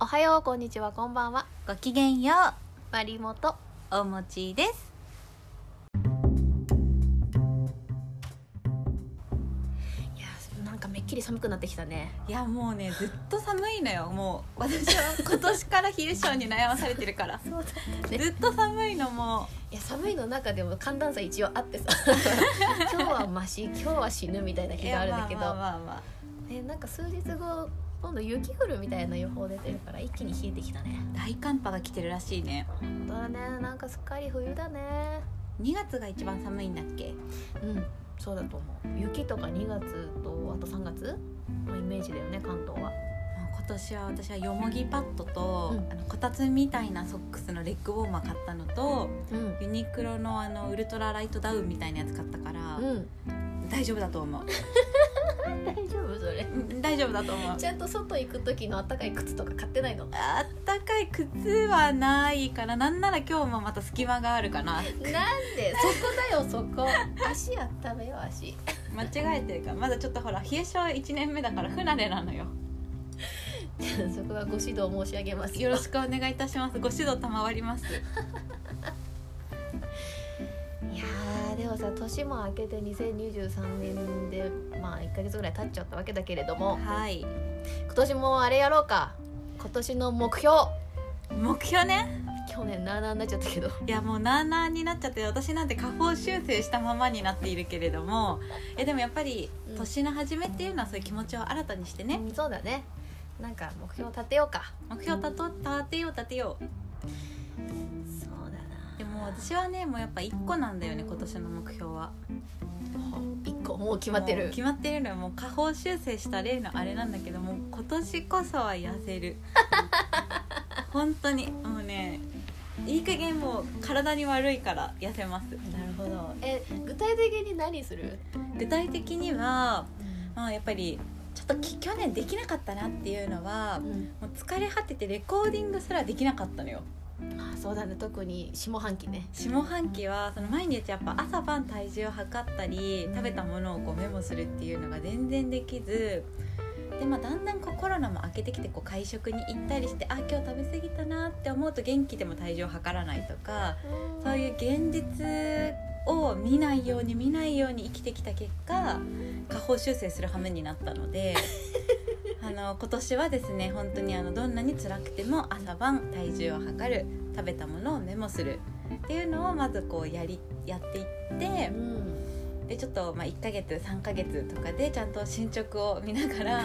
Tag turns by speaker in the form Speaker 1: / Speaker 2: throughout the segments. Speaker 1: おはようこんにちはこんばんは
Speaker 2: ごきげんよ
Speaker 1: マリモと
Speaker 2: うおもちです
Speaker 1: いやなんかめっきり寒くなってきたね
Speaker 2: いやもうねずっと寒いのよもう私は今年から冷え性に悩まされてるから
Speaker 1: そうだね
Speaker 2: ずっと寒いのも
Speaker 1: いや寒いの中でも寒暖差一応あ ってさ今日はマシ今日は死ぬみたいな日があるんだけど、
Speaker 2: まあまあまあまあ
Speaker 1: ね、なんか数日後今度雪降るみたいな予報出てるから一気に冷えてきたね
Speaker 2: 大寒波が来てるらしいね
Speaker 1: 本当だねなんかすっかり冬だね
Speaker 2: 2月が一番寒いんだっけ
Speaker 1: うんそうだと思う雪とか2月とあと3月のイメージだよね関東は
Speaker 2: まあ今年は私はよもぎパッドと、
Speaker 1: うん
Speaker 2: あのこたつみたいなソックスのレッグウォーマー買ったのと
Speaker 1: うん
Speaker 2: ユニクロのあのウルトラライトダウンみたいなやつ買ったから、
Speaker 1: うん
Speaker 2: 大丈夫だと思う
Speaker 1: 大丈夫それ
Speaker 2: うん大丈夫だと思う
Speaker 1: ちゃんと外行く時のあったかい靴とか買ってないの
Speaker 2: あったかい靴はないからなんなら今日もまた隙間があるかな
Speaker 1: なんでそこだよそこ足あっためよ足
Speaker 2: 間違えてるからまだちょっとほら冷え性1年目だから不慣れなのよ
Speaker 1: そこはご指導申し上げます
Speaker 2: よろしくお願いいたしますご指導賜ります
Speaker 1: いやーでもさ年も明けて2023年でまあ1ヶ月ぐらい経っちゃったわけだけれども
Speaker 2: はい
Speaker 1: 今年もあれやろうか今年の目標
Speaker 2: 目標ね
Speaker 1: 去年なあなあになっちゃったけど
Speaker 2: いやもうなあなあになっちゃって私なんて下方修正したままになっているけれどもえでもやっぱり
Speaker 1: うん
Speaker 2: 年の初めっていうのはそういう気持ちを新たにしてね
Speaker 1: うんそうだねなんか目標立てようか
Speaker 2: 目標立と立てよう立てよ
Speaker 1: そうだな
Speaker 2: うでも私はねもうやっぱ1個なんだよね今年の目標は
Speaker 1: 一個もう決まって
Speaker 2: も
Speaker 1: る
Speaker 2: う決まってるのよもう下方修正した例のあれなんだけどもう今年こそは痩せる 本当にもうねいい加減もう体に悪いから痩せます
Speaker 1: なるほどえ具体的に何する
Speaker 2: 具体的にはまあやっぱりちょっとき去年できなかったなっていうのはも
Speaker 1: うん
Speaker 2: う疲れ果ててレコーディングすらできなかったのよ
Speaker 1: あそうだね特に下半期ね
Speaker 2: 下半期はその毎日やっぱ朝晩体重を測ったり食べたものをこうメモするっていうのが全然できずで、まあ、だんだんこうコロナも明けてきてこう会食に行ったりしてあ今日食べ過ぎたなって思うと元気でも体重を測らないとかそういう現実を見ないように見ないように生きてきた結果下方修正する羽目になったのであの今年はですね本当にあのどんなに辛くても朝晩体重を測る食べたものをメモするっていうのをまずこうやりやっていって
Speaker 1: うん
Speaker 2: でちょっとまあ1ヶ月3ヶ月とかでちゃんと進捗を見なが ら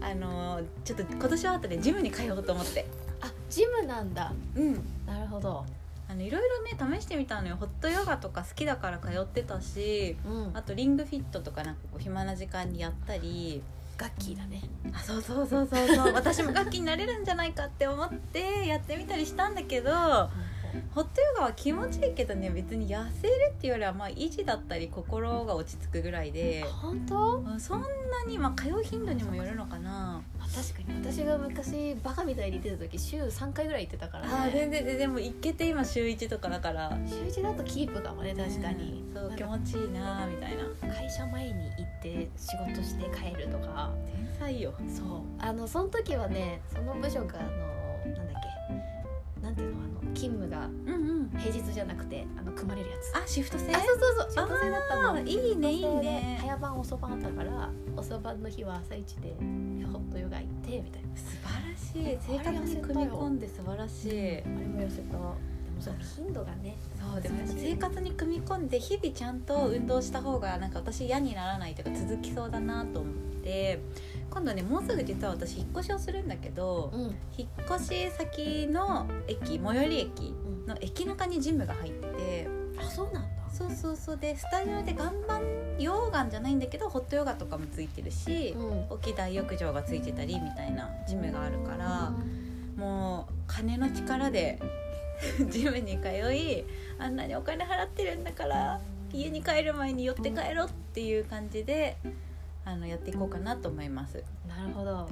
Speaker 2: あのちょっと今年は後でジムに通おうと思って。
Speaker 1: あジムなんだ
Speaker 2: うん
Speaker 1: なるほど
Speaker 2: あのいろいろね試してみたのよホットヨガとか好きだから通ってたし
Speaker 1: うん
Speaker 2: あとリングフィットとかなんかこう暇な時間にやったり
Speaker 1: ガッキーだね
Speaker 2: あそうそうそうそうそう 私も楽器になれるんじゃないかって思ってやってみたりしたんだけどホットヨガは気持ちいいけどね別に痩せるっていうよりはまあ維持だったり心が落ち着くぐらいで
Speaker 1: 本当
Speaker 2: うんそんなにまあ通う頻度にもよるのかな
Speaker 1: 確かに私が昔バカみたいに出た時週3回ぐらい行ってたから
Speaker 2: あー
Speaker 1: ね
Speaker 2: 全然全然もういけて今週1とかだから
Speaker 1: 週一だとキープかもね確かに
Speaker 2: うんそう
Speaker 1: なん
Speaker 2: 気
Speaker 1: か
Speaker 2: 持ちいいなみたいな
Speaker 1: 会社前に行って仕事して帰るとか
Speaker 2: 天才よ
Speaker 1: そうあのその時はねその部署があのなんだっけなんていうのあの勤務が
Speaker 2: うんうん
Speaker 1: 平日じゃなくてあの組まれるやつ
Speaker 2: あシフト制
Speaker 1: あそうそうそう
Speaker 2: あ
Speaker 1: 仕事制だったの
Speaker 2: ーいいねいい
Speaker 1: で
Speaker 2: ね
Speaker 1: 早晩遅番あったから遅番の日は朝一でホットヨガ行ってみたいな
Speaker 2: 素晴らしい生活に組み込んで素晴らしい
Speaker 1: あれも寄せたでもそう頻度がね
Speaker 2: そうでもやっぱ
Speaker 1: 素晴らしい
Speaker 2: 生活に組み込んで日々ちゃんと運動した方がなんか私嫌にならないというか続きそうだなと思って今度ねもうすぐ実は私引っ越しをするんだけど
Speaker 1: うん
Speaker 2: 引っ越し先の駅最寄り駅
Speaker 1: うん
Speaker 2: の駅中にジムが入ってて
Speaker 1: あそうなんだ
Speaker 2: そうそうそうでスタジオで岩盤溶岩じゃないんだけどホットヨガとかもついてるし
Speaker 1: うん
Speaker 2: 大きい大浴場がついてたりみたいなジムがあるから、もう金の力で ジムに通いあんなにお金払ってるんだから家に帰る前に寄って帰ろうっていう感じであのやっていこうかなと思います
Speaker 1: なるほど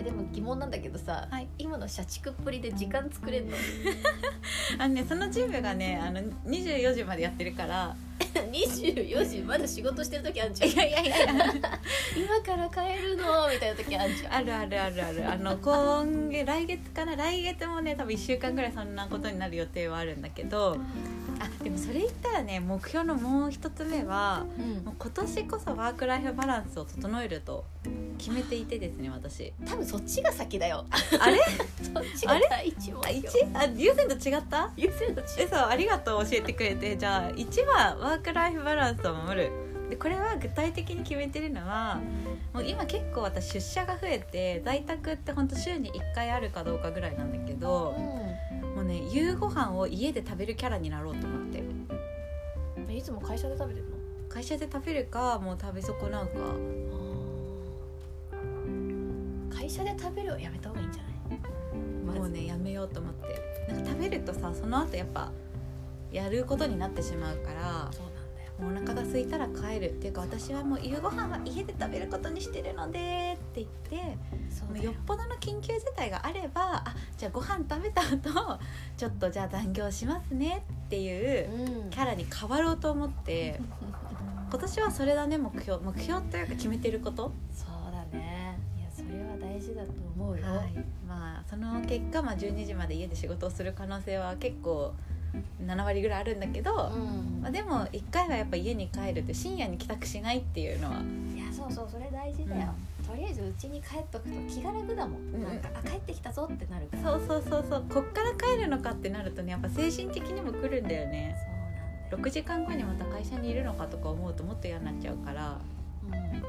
Speaker 1: えでも疑問なんだけどさ、
Speaker 2: はい
Speaker 1: 今の社畜っぷりで時間作れんの
Speaker 2: あのねそのチームがねあの24時までやってるから
Speaker 1: 24時まだ仕事してる時あんじゃん
Speaker 2: いやいやいや
Speaker 1: 今から帰るのみたいな時あんじゃん
Speaker 2: あるあるあるあるあの今月来月かな来月もね多分1週間ぐらいそんなことになる予定はあるんだけどあでもそれ言ったらね目標のもう一つ目は
Speaker 1: うん
Speaker 2: もう今年こそワークライフバランスを整えると決めていてですね私
Speaker 1: 多分そっちが先だよ
Speaker 2: あれ
Speaker 1: そっちが第一
Speaker 2: あ
Speaker 1: 目
Speaker 2: 一
Speaker 1: 標
Speaker 2: あ優先と違った
Speaker 1: 優先度違う
Speaker 2: えそうありがとう教えてくれてじゃあ1はワークライフバランスを守るでこれは具体的に決めてるのはもう今結構私出社が増えて在宅ってほんと週に1回あるかどうかぐらいなんだけどもうね夕ご飯を家で食べるキャラになろうと思って
Speaker 1: うんえいつも会社で食べてるの
Speaker 2: 会社で食べるかもう食べ損なうか
Speaker 1: 会社で食べるをやめた方がいいんじゃない
Speaker 2: もうねやめようと思ってなんか食べるとさその後やっぱやることになってしまうから
Speaker 1: そうなんだよ
Speaker 2: もうお腹が空いたら帰るっていうか私はもう夕ご飯は家で食べることにしてるのでって言って
Speaker 1: そう
Speaker 2: も
Speaker 1: だ
Speaker 2: うよっぽどの緊急事態があればあじゃあご飯食べた後ちょっとじゃあ残業しますねっていう
Speaker 1: うん
Speaker 2: キャラに変わろうと思って今年はそれだね目標目標というか決めてること、
Speaker 1: そうだねいやそれは大事だと思うよ、
Speaker 2: はいまあ、その結果、まあ、12時まで家で仕事をする可能性は結構7割ぐらいあるんだけど、
Speaker 1: うん
Speaker 2: まあ、でも1回はやっぱ家に帰るって深夜に帰宅しないっていうのは。
Speaker 1: いやそうそうそれ大事だよ、とりあえずうちに帰っとくと気が楽だもん、
Speaker 2: うん
Speaker 1: なんかあ帰ってきたぞってなるから
Speaker 2: そうそうそうそうこっから帰るのかってなるとねやっぱ精神的にも来るんだよね
Speaker 1: そう
Speaker 2: 6時間後にまた会社にいるのかとか思うともっと嫌になっちゃうから
Speaker 1: なんだよ、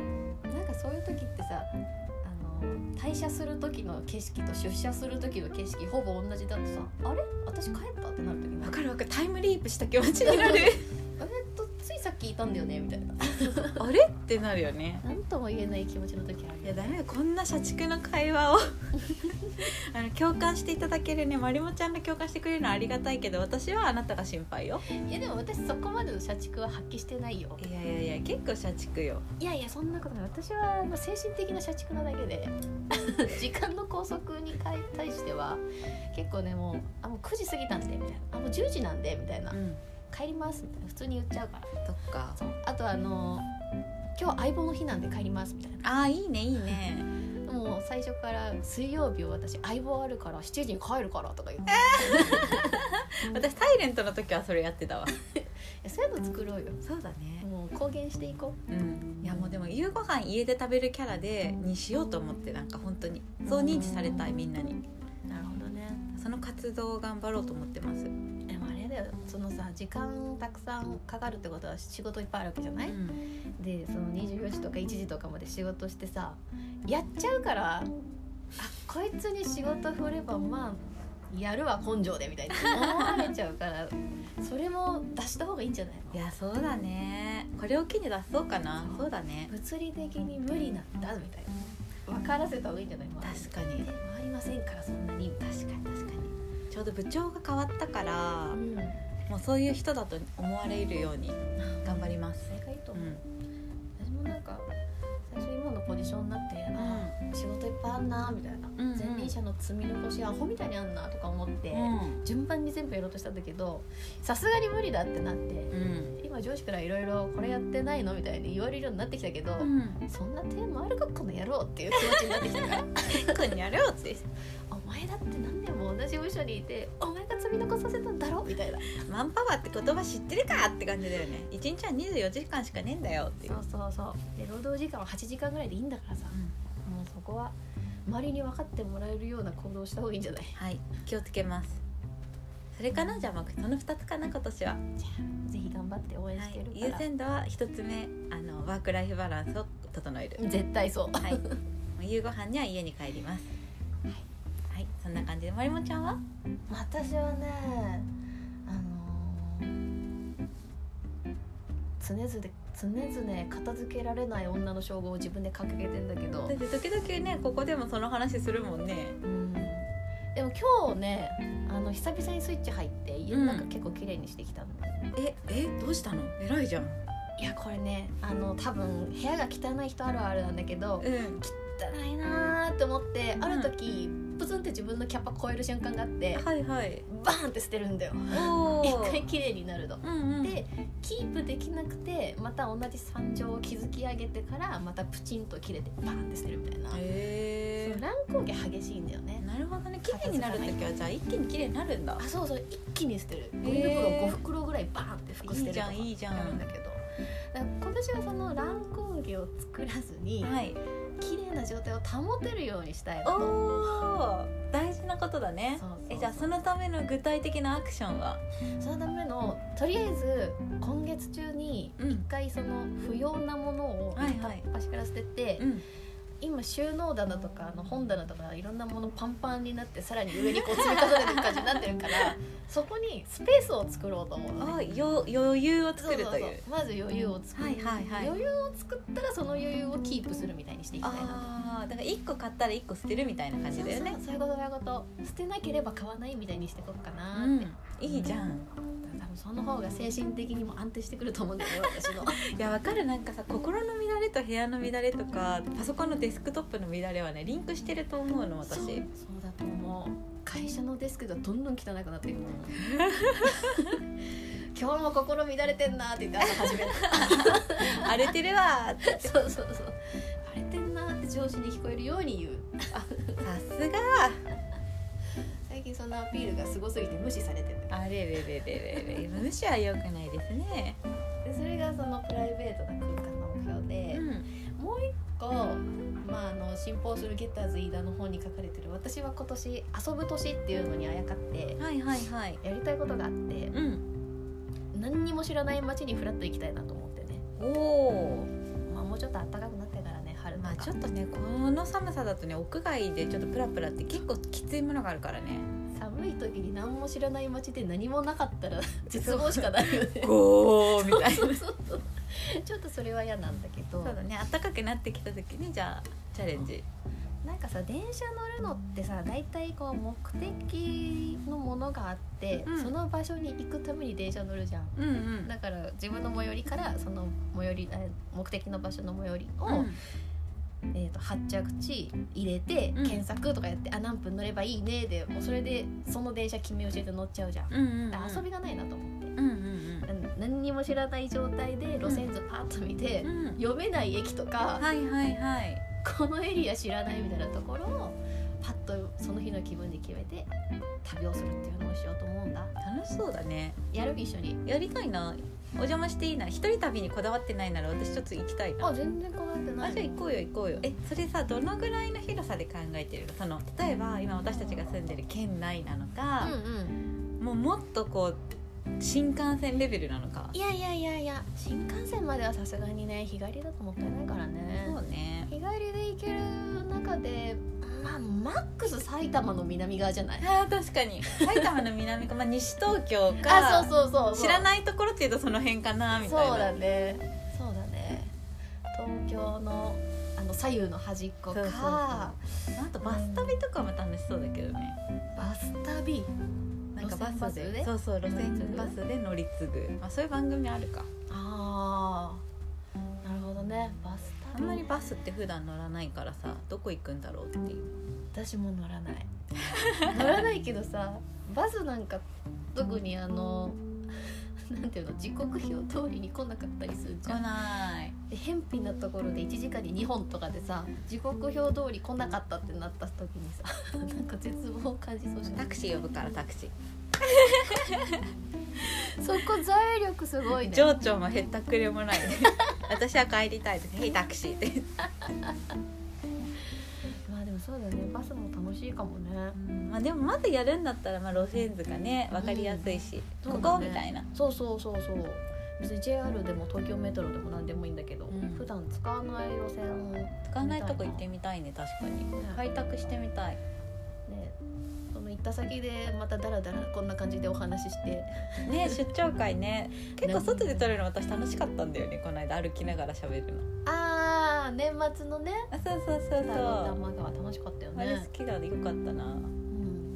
Speaker 1: うん、なんかそういう時ってさあの退社する時の景色と出社する時の景色ほぼ同じだとさあれ私帰ったってなる時も
Speaker 2: わかるわかるタイムリープした気持ちにな る
Speaker 1: えっとついさっきいたんだよねみたいな
Speaker 2: あれってなるよね
Speaker 1: なんとも言えない気持ちの時ある
Speaker 2: いやダメだこんな社畜の会話を あの共感していただけるねまりもちゃんが共感してくれるのはありがたいけど私はあなたが心配よ
Speaker 1: いやでも私そこまでの社畜は発揮してないよ
Speaker 2: いやいやいや結構社畜よ
Speaker 1: いやいやそんなことない私はあの精神的な社畜なだけで 時間の拘束に対対しては結構ねもうあもう9時過ぎたんでみたいなあもう10時なんでみたいな
Speaker 2: うん
Speaker 1: 帰りますみたいな普通に言っちゃうから
Speaker 2: そっか
Speaker 1: そうあとあの今日相棒の日なんで帰りますみたい
Speaker 2: ああいいねいいね
Speaker 1: なもう最初から水曜日を私相棒あるから7時に帰るからとか言って
Speaker 2: 私サイレントの時はそれやってたわ
Speaker 1: いやそういうの作ろうよ
Speaker 2: そうだね
Speaker 1: もう公言していこ
Speaker 2: うん、いやもうでも夕ご飯家で食べるキャラでにしようと思ってなんか本当にそう認知されたいみんなに
Speaker 1: うなるほどね
Speaker 2: その活動を頑張ろうと思ってます、うん
Speaker 1: でもあれだよそのさ時間たくさんかかるってことは仕事いっぱいあるわけじゃない、でその24時とか1時とかまで仕事してさやっちゃうからあこいつに仕事振ればまあやるわ根性でみたいな思われちゃうからそれも出した方がいいんじゃない
Speaker 2: い
Speaker 1: の
Speaker 2: やそうだねこれを機に出そうかな
Speaker 1: そう
Speaker 2: そうだね
Speaker 1: 物理的に無理なんだみたいな分からせた方がいいんじゃないの
Speaker 2: 確かに
Speaker 1: 回りませんからそんなに
Speaker 2: 確かに確かにちょうど部長が変わったから
Speaker 1: うんそ
Speaker 2: もうそういう人だと思われるように頑張ります、
Speaker 1: れがいいと
Speaker 2: う
Speaker 1: 思う、
Speaker 2: ん
Speaker 1: 私もなんか最初今のポジションになって、あー仕事いっぱいあんなみたいな、
Speaker 2: うんうん
Speaker 1: 前任者の積み残しアホみたいにあんなとか思って、
Speaker 2: うん
Speaker 1: 順番に全部やろうとしたんだけどさすがに無理だってなって、
Speaker 2: うん
Speaker 1: 今上司からいろいろこれやってないのみたいに言われるようになってきたけど、そんなテーマあるかこの野郎っていう気持ちになってきたから
Speaker 2: うん、にやろうって
Speaker 1: お前だって何年も同じ部署にいてお前が積み残させたんだろみたいな
Speaker 2: マンパワーって言葉知ってるかって感じだよね一日は24時間しかねえんだよっていう
Speaker 1: そうそうそうで労働時間は8時間ぐらいでいいんだからさ
Speaker 2: うん
Speaker 1: もうそこは周りに分かってもらえるような行動をした方がいいんじゃない
Speaker 2: はい、気をつけます。それかな、じゃあ、まあ、その二つかな、今年は。
Speaker 1: ぜひ頑張って応援
Speaker 2: は
Speaker 1: して
Speaker 2: い
Speaker 1: るか、ら、
Speaker 2: 優先度は一つ目、あの、ワークライフバランスを整える。
Speaker 1: 絶対そう
Speaker 2: はい、もう夕ご飯には家に帰ります。はい、そんな感じで、まりもちゃんは。
Speaker 1: 私はねあのー常々常々片付けられない女の称号を自分で掲げてんだけど
Speaker 2: だって、時々ね、ここでもその話するもんね。
Speaker 1: うんでも今日ねあの久々にスイッチ入って家の中
Speaker 2: うん
Speaker 1: 結構綺麗にしてきたの、
Speaker 2: え、え、どうしたの、偉いじゃん。
Speaker 1: いやこれねあの多分部屋が汚い人あるあるなんだけど
Speaker 2: うん
Speaker 1: 汚いなーって思ってある時プツンって自分のキャパ超える瞬間があって
Speaker 2: はい はい
Speaker 1: バーンって捨てるんだよ
Speaker 2: お
Speaker 1: 一
Speaker 2: ー
Speaker 1: 回綺麗になるの。
Speaker 2: うんうん
Speaker 1: でキープできなくてまた同じ惨状を築き上げてからまたプチンと切れてバーンって捨てるみたいな、
Speaker 2: へ
Speaker 1: そう
Speaker 2: ー
Speaker 1: 乱高下激しいんだよね
Speaker 2: なるほどね綺麗になる時はじゃあ一気に綺麗になるんだ
Speaker 1: あそうそう一気に捨てるゴミ袋
Speaker 2: へー
Speaker 1: 5袋ぐらいバーンって服捨てるとか
Speaker 2: いいじゃんいいじゃん
Speaker 1: やるんだけどだから今年はその乱高下を作らずに
Speaker 2: はい
Speaker 1: 綺麗な状態を保てるようにしたいな
Speaker 2: お
Speaker 1: と
Speaker 2: ー大事なことだね
Speaker 1: そうそう
Speaker 2: えじゃあそのための具体的なアクションは
Speaker 1: そのためのとりあえず今月中に
Speaker 2: うん
Speaker 1: 一回その不要なものを
Speaker 2: はいはい
Speaker 1: 片っ端から捨てて、
Speaker 2: うん
Speaker 1: 今収納棚とかあの本棚とかいろんなものパンパンになってさらに上にこう積み重ねていく感じになってるから そこにスペースを作ろうと思うの
Speaker 2: あ
Speaker 1: ね。
Speaker 2: よ余裕を
Speaker 1: そ
Speaker 2: 作
Speaker 1: う
Speaker 2: る
Speaker 1: そ
Speaker 2: と
Speaker 1: う
Speaker 2: い
Speaker 1: そううまず余裕を作る、
Speaker 2: はいはいはい
Speaker 1: 余裕を作ったらその余裕をキープするみたいにしていきたいな
Speaker 2: ああだから1個買ったら1個捨てるみたいな感じだよね
Speaker 1: そうそうそういうことそういうこと捨てなければ買わないみたいにしていこうか
Speaker 2: う
Speaker 1: なって
Speaker 2: ん、いいじゃん
Speaker 1: 多分その方が精神的にも安定してくると思うんだよね私の
Speaker 2: いやわかるなんかさ心の乱れと部屋の乱れとかパソコンのデスクトップの乱れはねリンクしてると思うの
Speaker 1: そうそう
Speaker 2: 私
Speaker 1: だと思う会社のデスクがどんどん汚くなってい くの今日も心乱れてんなって言って朝始めた
Speaker 2: 荒れてるわーっ て
Speaker 1: そうそうそう荒れてんなって上司に聞こえるように言う
Speaker 2: さすが
Speaker 1: 最近そのアピールがすごすぎて無視されてる
Speaker 2: あれれれれれれ 無視は良くないですね
Speaker 1: でそれがそのプライベートな空間の目標で、
Speaker 2: うん
Speaker 1: もう一個、まあ、あの信奉するゲッターズ飯田の方に書かれてる私は今年遊ぶ年っていうのにあやかって
Speaker 2: はいはいはい
Speaker 1: やりたいことがあって
Speaker 2: うん
Speaker 1: 何にも知らない街にフラッと行きたいなと思ってね、
Speaker 2: おお
Speaker 1: まあ、もうちょっと暖かくなってからね春とか、
Speaker 2: まあちょっとねこの寒さだとね屋外でちょっとプラプラって結構きついものがあるからね
Speaker 1: 寒い時に何も知らない街で何もなかった ら絶望しかないよね
Speaker 2: ゴーみたいな
Speaker 1: そう そうそうちょっとそれは嫌なんだけど
Speaker 2: そうだね暖かくなってきた時にじゃあチャレンジ
Speaker 1: なんかさ電車乗るのってさ大体こう目的のものがあって、
Speaker 2: うん
Speaker 1: その場所に行くために電車乗るじゃん
Speaker 2: うんうん
Speaker 1: だから自分の最寄りからその最寄りえ目的の場所の最寄りを、
Speaker 2: うん
Speaker 1: えー、と発着地入れて
Speaker 2: うん
Speaker 1: 検索とかやって、あ何分乗ればいいねでもうそれでその電車決め教えて乗っちゃうじゃん、
Speaker 2: うんうんうん
Speaker 1: だから遊びがないなと思って
Speaker 2: うんう
Speaker 1: う
Speaker 2: ん
Speaker 1: ん何にも知らない状態で路線図パーッと見て、
Speaker 2: うんうん
Speaker 1: 読めない駅とか、
Speaker 2: はいはいはい
Speaker 1: このエリア知らないみたいなところをパッとその日の気分で決めて旅をするっていうのをしようと思うんだ
Speaker 2: 楽しそうだね
Speaker 1: やる一緒に
Speaker 2: やりたいなお邪魔していいな一人旅にこだわってないなら私ちょっと行きたいな
Speaker 1: あ全然変わってない
Speaker 2: あじゃあ行こうよ行こうよえそれさどのぐらいの広さで考えてるのその例えば今私たちが住んでる県内なのか
Speaker 1: うん、うん
Speaker 2: もうもっとこう新幹線レベルなのか
Speaker 1: いやいやいやいや新幹線まではさすがにね日帰りだともったいないからね
Speaker 2: そうね
Speaker 1: 日帰りで行ける中でまあマックス埼玉の南側じゃない
Speaker 2: あー確かに埼玉の南 か、まあ、西東京か
Speaker 1: あそうそうそうそう
Speaker 2: 知らないところっていうとその辺かなみたいな
Speaker 1: そうだねそうだね東京のあの左右の端っこか
Speaker 2: そうそうそうあとバス旅とかも楽しそうだけどね
Speaker 1: バス旅
Speaker 2: なんかバス
Speaker 1: 路線バスで
Speaker 2: でそうそう路
Speaker 1: 路
Speaker 2: 線
Speaker 1: 線
Speaker 2: バ
Speaker 1: バ
Speaker 2: ス
Speaker 1: ス
Speaker 2: で乗り継ぐ、まあ、そういう番組あるか
Speaker 1: ああなるほどねバス
Speaker 2: あ
Speaker 1: 旅
Speaker 2: んまりバスって普段乗らないからさどこ行くんだろうっていう
Speaker 1: 私も乗らない 乗らないけどさバスなんか特にあのなんていうの時刻表通りに来なかったりするじ
Speaker 2: 来
Speaker 1: ゃん
Speaker 2: ない
Speaker 1: で偏僻なところで1時間に2本とかでさ時刻表通り来なかったってなった時にさ なんか絶望を感じそうじゃな
Speaker 2: タ
Speaker 1: い
Speaker 2: クシー呼ぶからタクシー
Speaker 1: そこ財力すごいね
Speaker 2: 情緒もへったくれもない 私は帰りたいです「ヘイタクシー」って
Speaker 1: まあでもそうだよねバスも楽しいかもね
Speaker 2: まあでもまずやるんだったらまあ路線図がね分かりやすいし、
Speaker 1: うん
Speaker 2: こ
Speaker 1: そ
Speaker 2: こ
Speaker 1: うだね
Speaker 2: みたいな
Speaker 1: そうそうそうそう別に JR でも東京メトロでも何でもいいんだけど、
Speaker 2: うん
Speaker 1: 普段使わない路線をね
Speaker 2: 使わないとこ行ってみたいね確かに開拓してみたい
Speaker 1: その行った先でまたダラダラこんな感じでお話しして
Speaker 2: ね出張会ね結構外で撮れるの私楽しかったんだよねこの間歩きながら喋るの
Speaker 1: あー年末のね
Speaker 2: あそうそうそうそう
Speaker 1: 埼玉が楽しかったよ
Speaker 2: あれ好
Speaker 1: ね、
Speaker 2: きだねよかったな
Speaker 1: うん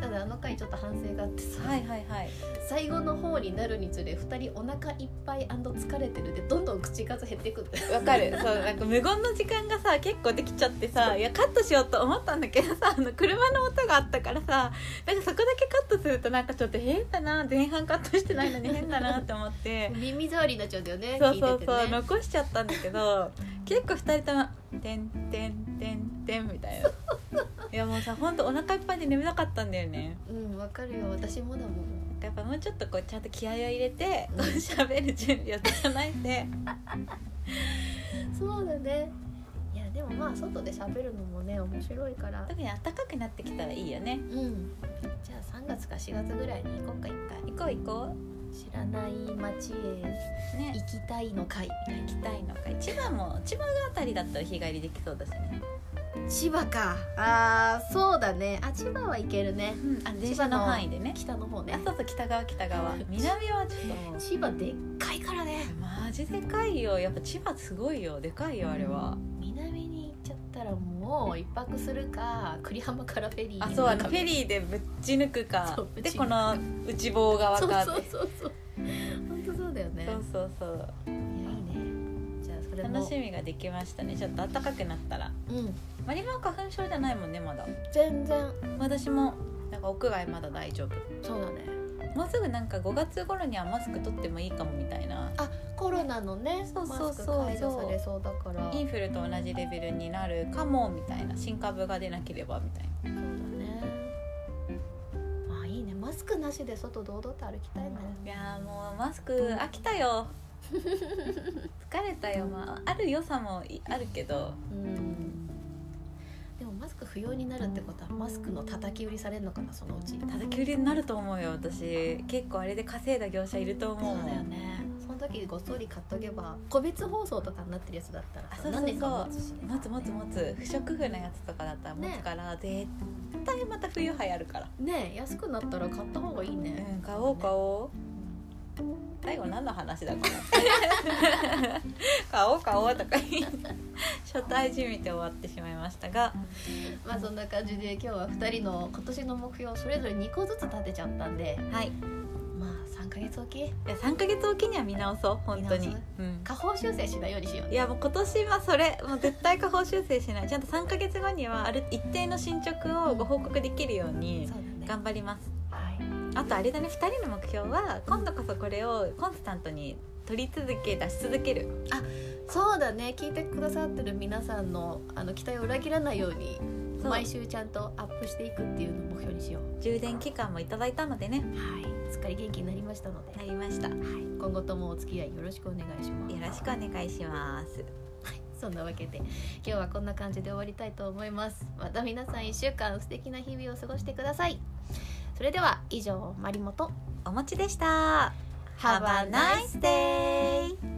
Speaker 1: ただあの回ちょっと反省があってさ、
Speaker 2: はいはいはい
Speaker 1: 最後の方になるにつれ2人お腹いっぱい疲れてるでどんどん口数減ってくる
Speaker 2: わかるそうなんか無言の時間がさ結構できちゃってさいやカットしようと思ったんだけどさあの車の音があったからさなんかそこだけカットするとなんかちょっと変だな前半カットしてないのに変だなって思って
Speaker 1: 耳障りになっちゃうんだよね
Speaker 2: そうそうそう、
Speaker 1: 聞いててね
Speaker 2: 残しちゃったんだけど結構2人とも「てんてんてんてん」みたいないやもうさほんとお腹いっぱいで眠れなかったんだよね
Speaker 1: うんわかるよ私もだもん
Speaker 2: やっぱもうちょっとこうちゃんと気合を入れてこう 喋る準備を整えて
Speaker 1: そうだねいやでもまあ外で喋るのもね面白いから
Speaker 2: 特に暖かくなってきたらいいよね
Speaker 1: うんじゃあ3月か4月ぐらいに行こうか一回
Speaker 2: 行こう行こ
Speaker 1: 知らない街へ
Speaker 2: うね
Speaker 1: 行きたいの会
Speaker 2: 行きたいのかい千葉も千葉があたりだったら日帰りできそうだしね、
Speaker 1: 千葉かあーそうだねあ千葉は行けるね
Speaker 2: うん、あ電車の範囲でね
Speaker 1: 北の方ね
Speaker 2: あそうそう北側北側南はちょっともう
Speaker 1: 千葉でっかいからね
Speaker 2: マジでかいよやっぱ千葉すごいよでかいよあれは、
Speaker 1: 南に行っちゃったらもう一泊するか栗浜からフェリー
Speaker 2: あそうあの
Speaker 1: の
Speaker 2: フェリーでぶっち抜くか
Speaker 1: そうぶっ
Speaker 2: で
Speaker 1: ち抜く
Speaker 2: この内房側
Speaker 1: そう
Speaker 2: か
Speaker 1: そうそうそう本当そうだよね
Speaker 2: そうそうそ
Speaker 1: い
Speaker 2: う
Speaker 1: やいいねじゃあそれも
Speaker 2: 楽しみができましたねちょっと暖かくなったら
Speaker 1: うん
Speaker 2: マリマは花粉症じゃないもんねまだ
Speaker 1: 全然
Speaker 2: 私もなんか屋外まだ大丈夫
Speaker 1: そうだね
Speaker 2: もうすぐなんか5月頃にはマスク取ってもいいかもみたいな
Speaker 1: あコロナのね
Speaker 2: そうそうそう
Speaker 1: マスク解除されそうだから
Speaker 2: インフルと同じレベルになるかもみたいな新株が出なければみたいな
Speaker 1: そうだねまあいいねマスクなしで外堂々と歩きたいね
Speaker 2: いやーもうマスク飽きたよ疲れたよまあある良さもいあるけど
Speaker 1: うんでもマスク不要になるってことはマスクの叩き売りされるのかなそのうち
Speaker 2: 叩き売りになると思うよ私結構あれで稼いだ業者いると思
Speaker 1: そうう
Speaker 2: もん
Speaker 1: だよねその時ごっそり買っとけば個別放送とかになってるやつだったら
Speaker 2: あ
Speaker 1: さ
Speaker 2: そうそうそう
Speaker 1: 何年か持つし
Speaker 2: 持つ持つ持つ不織布のやつとかだったら持つから、絶対また冬流行るから
Speaker 1: ねえ安くなったら買った方がいいね、
Speaker 2: うん買おう買おう最後何の話だこ れ買おう買おうとか言い初対じみて終わってしまいましたが
Speaker 1: まあそんな感じで今日は2人の今年の目標それぞれ2個ずつ立てちゃったんで
Speaker 2: はいい
Speaker 1: まあ3ヶ月おき
Speaker 2: や3か月おきには見直そう本当
Speaker 1: 見
Speaker 2: に
Speaker 1: 直す、
Speaker 2: うん
Speaker 1: 下方修正しないようにしよう
Speaker 2: いやもう今年はそれもう絶対下方修正しないちゃんと3か月後にはある一定の進捗をご報告できるように
Speaker 1: そうだね
Speaker 2: 頑張ります
Speaker 1: はい
Speaker 2: あとあれだね2人の目標は今度こそこれをコンスタントに取り続け出し続ける
Speaker 1: そうだね聞いてくださってる皆さんのあの期待を裏切らないように
Speaker 2: そう
Speaker 1: 毎週ちゃんとアップしていくっていうのを目標にしよう
Speaker 2: 充電期間もいただいたのでね
Speaker 1: はいすっかり元気になりましたので、
Speaker 2: なりましたよ
Speaker 1: はい、今後ともお付き合いよろしくお願いします
Speaker 2: ろしくお願いします
Speaker 1: はい、そんなわけで今日はこんな感じで終わりたいと思いますまた皆さん1週間素敵な日々を過ごしてくださいそれでは以上まりもと
Speaker 2: おもちでした
Speaker 1: Have a nice
Speaker 2: nice day!